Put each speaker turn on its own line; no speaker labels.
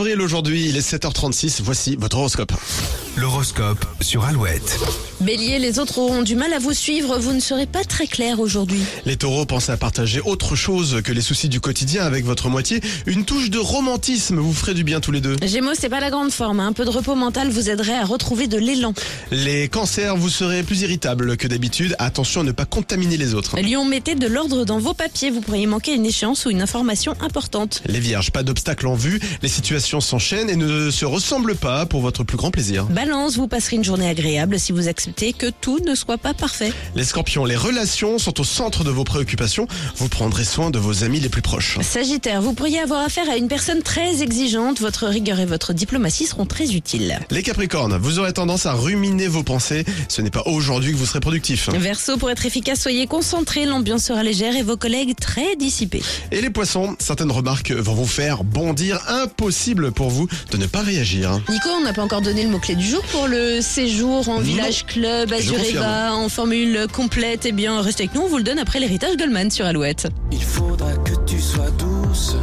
avril aujourd'hui, il est 7h36, voici votre horoscope.
L'horoscope sur Alouette.
Bélier, les autres auront du mal à vous suivre, vous ne serez pas très clair aujourd'hui.
Les taureaux pensent à partager autre chose que les soucis du quotidien avec votre moitié. Une touche de romantisme vous ferait du bien tous les deux.
Gémeaux, c'est pas la grande forme, hein. un peu de repos mental vous aiderait à retrouver de l'élan.
Les cancers, vous serez plus irritables que d'habitude. Attention à ne pas contaminer les autres.
Lyon, mettez de l'ordre dans vos papiers, vous pourriez manquer une échéance ou une information importante.
Les vierges, pas d'obstacle en vue. Les situations s'enchaînent et ne se ressemblent pas pour votre plus grand plaisir.
Balance, vous passerez une journée agréable si vous acceptez que tout ne soit pas parfait.
Les scorpions, les relations sont au centre de vos préoccupations. Vous prendrez soin de vos amis les plus proches.
Sagittaire, vous pourriez avoir affaire à une personne très exigeante, votre rigueur et votre diplomatie seront très utiles.
Les capricornes, vous aurez tendance à ruminer vos pensées. Ce n'est pas aujourd'hui que vous serez productif.
Verseau, pour être efficace, soyez concentré, l'ambiance sera légère et vos collègues très dissipés.
Et les poissons, certaines remarques vont vous faire bondir. Impossible pour vous de ne pas réagir.
Nico, on n'a pas encore donné le mot-clé du jour pour le séjour en village club à
Je
Zureva,
confirme.
en formule complète. Eh bien, restez avec nous, on vous le donne après l'héritage Goldman sur Alouette.
Il faudra que tu sois douce.